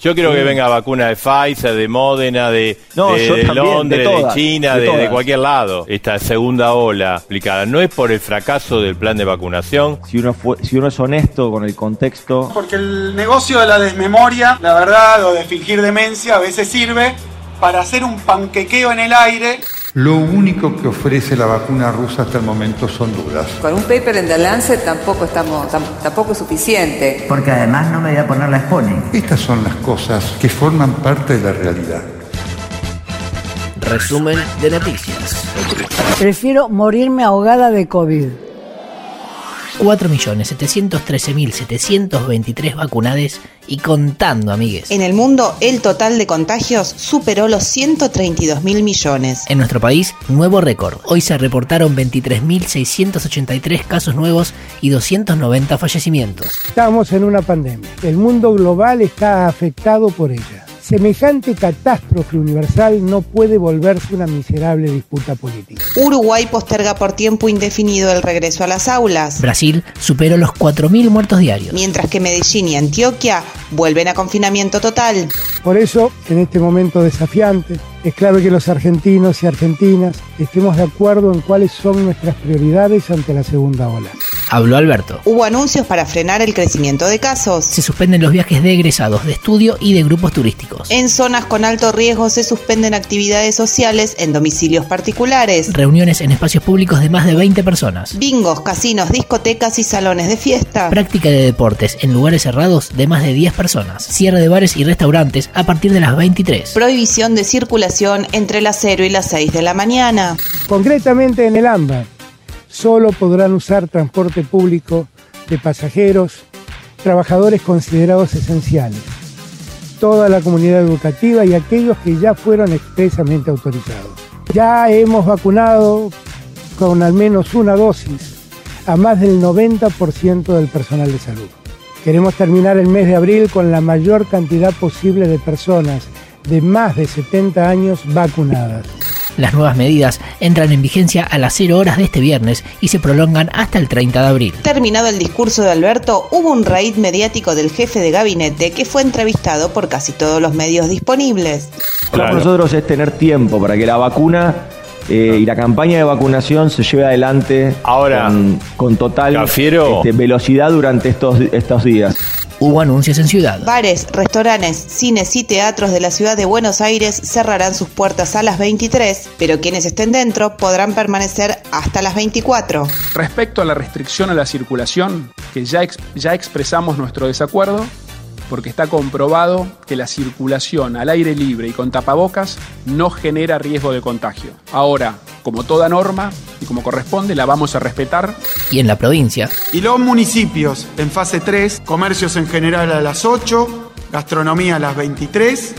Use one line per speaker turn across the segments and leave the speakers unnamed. Yo quiero que venga vacuna de Pfizer, de Módena, de,
No,
de-
yo
de
también, de
Londres, de,
todas,
China,
de
de, de
todas.
cualquier lado. Esta segunda ola aplicada no es por el fracaso del plan de vacunación.
Si uno, fue- si uno es honesto con el contexto,
Porque el negocio de la desmemoria, la verdad, o de fingir demencia, a veces sirve para hacer un panquequeo en el aire.
Lo único que ofrece la vacuna rusa hasta el momento son dudas.
Con un paper en The Lancet tampoco, estamos, tam- tampoco es suficiente.
Porque además no me voy a poner la Spone.
Estas son las cosas que forman parte de la realidad.
Resumen de noticias.
Prefiero morirme ahogada de COVID.
4.713.723 vacunades y contando, amigues.
En el mundo, el total de contagios superó los 132 mil millones.
En nuestro país, nuevo récord. Hoy se reportaron 23.683 casos nuevos y 290 fallecimientos.
Estamos en una pandemia. El mundo global está afectado por ella. Semejante catástrofe universal no puede volverse una miserable disputa política.
Uruguay posterga por tiempo indefinido el regreso a las aulas,
Brasil superó los 4.000 muertos diarios.
mientras que Medellín y Antioquia vuelven a confinamiento total.
Por eso, en este momento desafiante, es clave que los argentinos y argentinas estemos de acuerdo en cuáles son nuestras prioridades ante la segunda ola.
Habló Alberto.
Hubo anuncios para frenar el crecimiento de casos.
Se suspenden los viajes de egresados, de estudio y de grupos turísticos.
En zonas con alto riesgo se suspenden actividades sociales en domicilios particulares,
Reuniones en espacios públicos de más de 20 personas.
bingos, casinos, discotecas y salones de fiesta.
Práctica de deportes en lugares cerrados de más de 10 personas. Cierre de bares y restaurantes a partir de las 23.
Prohibición de circulación entre las 0 y las 6 de la mañana.
Concretamente en el ámbar, solo podrán usar transporte público de pasajeros, trabajadores considerados esenciales, toda la comunidad educativa y aquellos que ya fueron expresamente autorizados. Ya hemos vacunado con al menos una dosis a más del 90% del personal de salud. Queremos terminar el mes de abril con la mayor cantidad posible de personas de más de 70 años vacunadas.
Las nuevas medidas entran en vigencia a las 0 horas de este viernes y se prolongan hasta el 30 de abril.
Terminado el discurso de Alberto, hubo un raid mediático del jefe de gabinete que fue entrevistado por casi todos los medios disponibles.
para
Claro.
nosotros es tener tiempo para que la vacuna eh, y la campaña de vacunación se lleve adelante
Ahora,
con, con total
Cafiero.
este, velocidad durante estos, estos días.
Hubo anuncios en ciudad.
Bares, restaurantes, cines y teatros de la ciudad de Buenos Aires cerrarán sus puertas a las 23, pero quienes estén dentro podrán permanecer hasta las 24.
Respecto a la restricción a la circulación, que ya, ex- ya expresamos nuestro desacuerdo, porque está comprobado que la circulación al aire libre y con tapabocas no genera riesgo de contagio. Ahora, como toda norma y como corresponde, la vamos a respetar.
Y en la provincia,
Y los municipios en fase 3, comercios en general a las 8, gastronomía a las 23,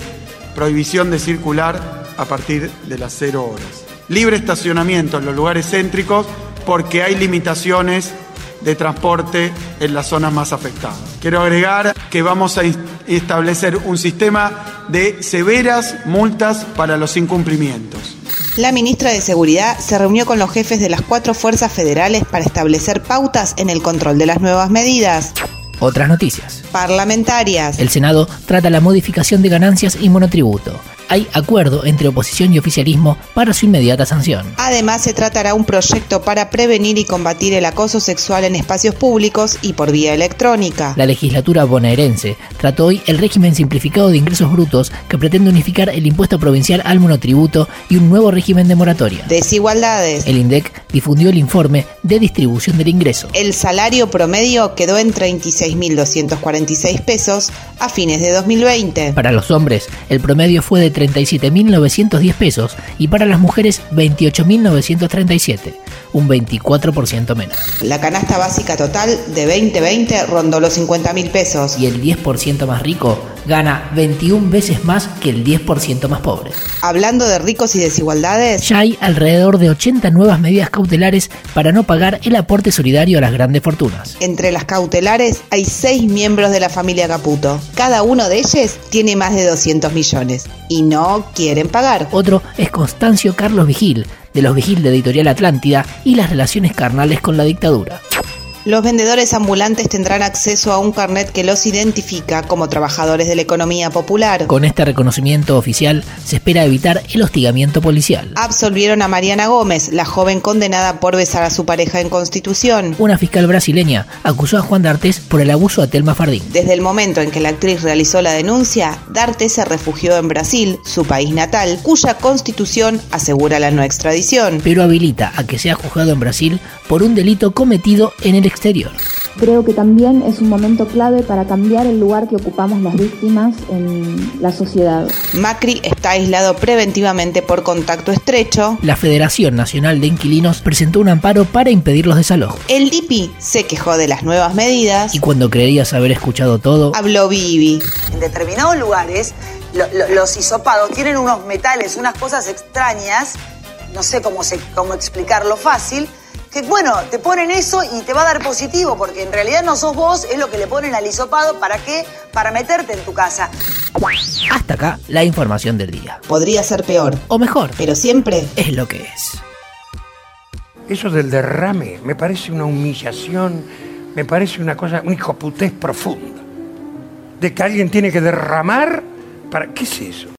prohibición de circular a partir de las 0 horas. Libre estacionamiento en los lugares céntricos porque hay limitaciones de transporte en las zonas más afectadas. Quiero agregar que vamos a in- establecer un sistema de severas multas para los incumplimientos.
La ministra de Seguridad se reunió con los jefes de las cuatro fuerzas federales para establecer pautas en el control de las nuevas medidas
otras noticias.
parlamentarias.
El Senado trata la modificación de ganancias y monotributo. Hay acuerdo entre oposición y oficialismo para su inmediata sanción.
Además, se tratará un proyecto para prevenir y combatir el acoso sexual en espacios públicos y por vía electrónica.
La legislatura bonaerense trató hoy el régimen simplificado de ingresos brutos que pretende unificar el impuesto provincial al monotributo y un nuevo régimen de moratoria.
Desigualdades.
El INDEC difundió el informe de distribución del ingreso.
El salario promedio quedó en 36.246 pesos a fines de 2020.
Para los hombres, el promedio fue de 37.910 pesos y para las mujeres 28.937, un 24% menos.
La canasta básica total de 2020 rondó los 50.000 pesos.
y el 10% más rico gana 21 veces más que el 10% más pobre.
Hablando de ricos y desigualdades,
Ya hay alrededor de 80 nuevas medidas cautelares para no pagar el aporte solidario a las grandes fortunas.
entre las cautelares hay seis miembros de la familia Caputo. Cada uno de ellos tiene más de 200 millones y no quieren pagar.
Otro es Constancio Carlos Vigil, de los Vigil de Editorial Atlántida y las relaciones carnales con la dictadura.
Los vendedores ambulantes tendrán acceso a un carnet que los identifica como trabajadores de la economía popular.
Con este reconocimiento oficial se espera evitar el hostigamiento policial.
Absolvieron a Mariana Gómez, la joven condenada por besar a su pareja en Constitución.
Una fiscal brasileña acusó a Juan D'Artés por el abuso a Telma Fardín.
Desde el momento en que la actriz realizó la denuncia, D'Arte se refugió en Brasil, su país natal, cuya constitución asegura la no extradición.
Pero habilita a que sea juzgado en Brasil por un delito cometido en el exterior.
Creo que también es un momento clave para cambiar el lugar que ocupamos las víctimas en la sociedad.
Macri está aislado preventivamente por contacto estrecho.
La Federación Nacional de Inquilinos presentó un amparo para impedir los desalojos.
El DIPI se quejó de las nuevas medidas.
Y cuando creías haber escuchado todo,
habló Vivi.
En determinados lugares, lo, lo, los hisopados tienen unos metales, unas cosas extrañas, no sé cómo, se, cómo explicarlo fácil, que bueno, te ponen eso y te va a dar positivo, porque en realidad no sos vos, es lo que le ponen al hisopado, ¿para qué? Para meterte en tu casa.
Hasta acá la información del día.
Podría ser peor.
O mejor.
Pero siempre
es lo que es.
Eso del derrame me parece una humillación, me parece una cosa, un hijoputés profunda. De que alguien tiene que derramar para... ¿Qué es eso?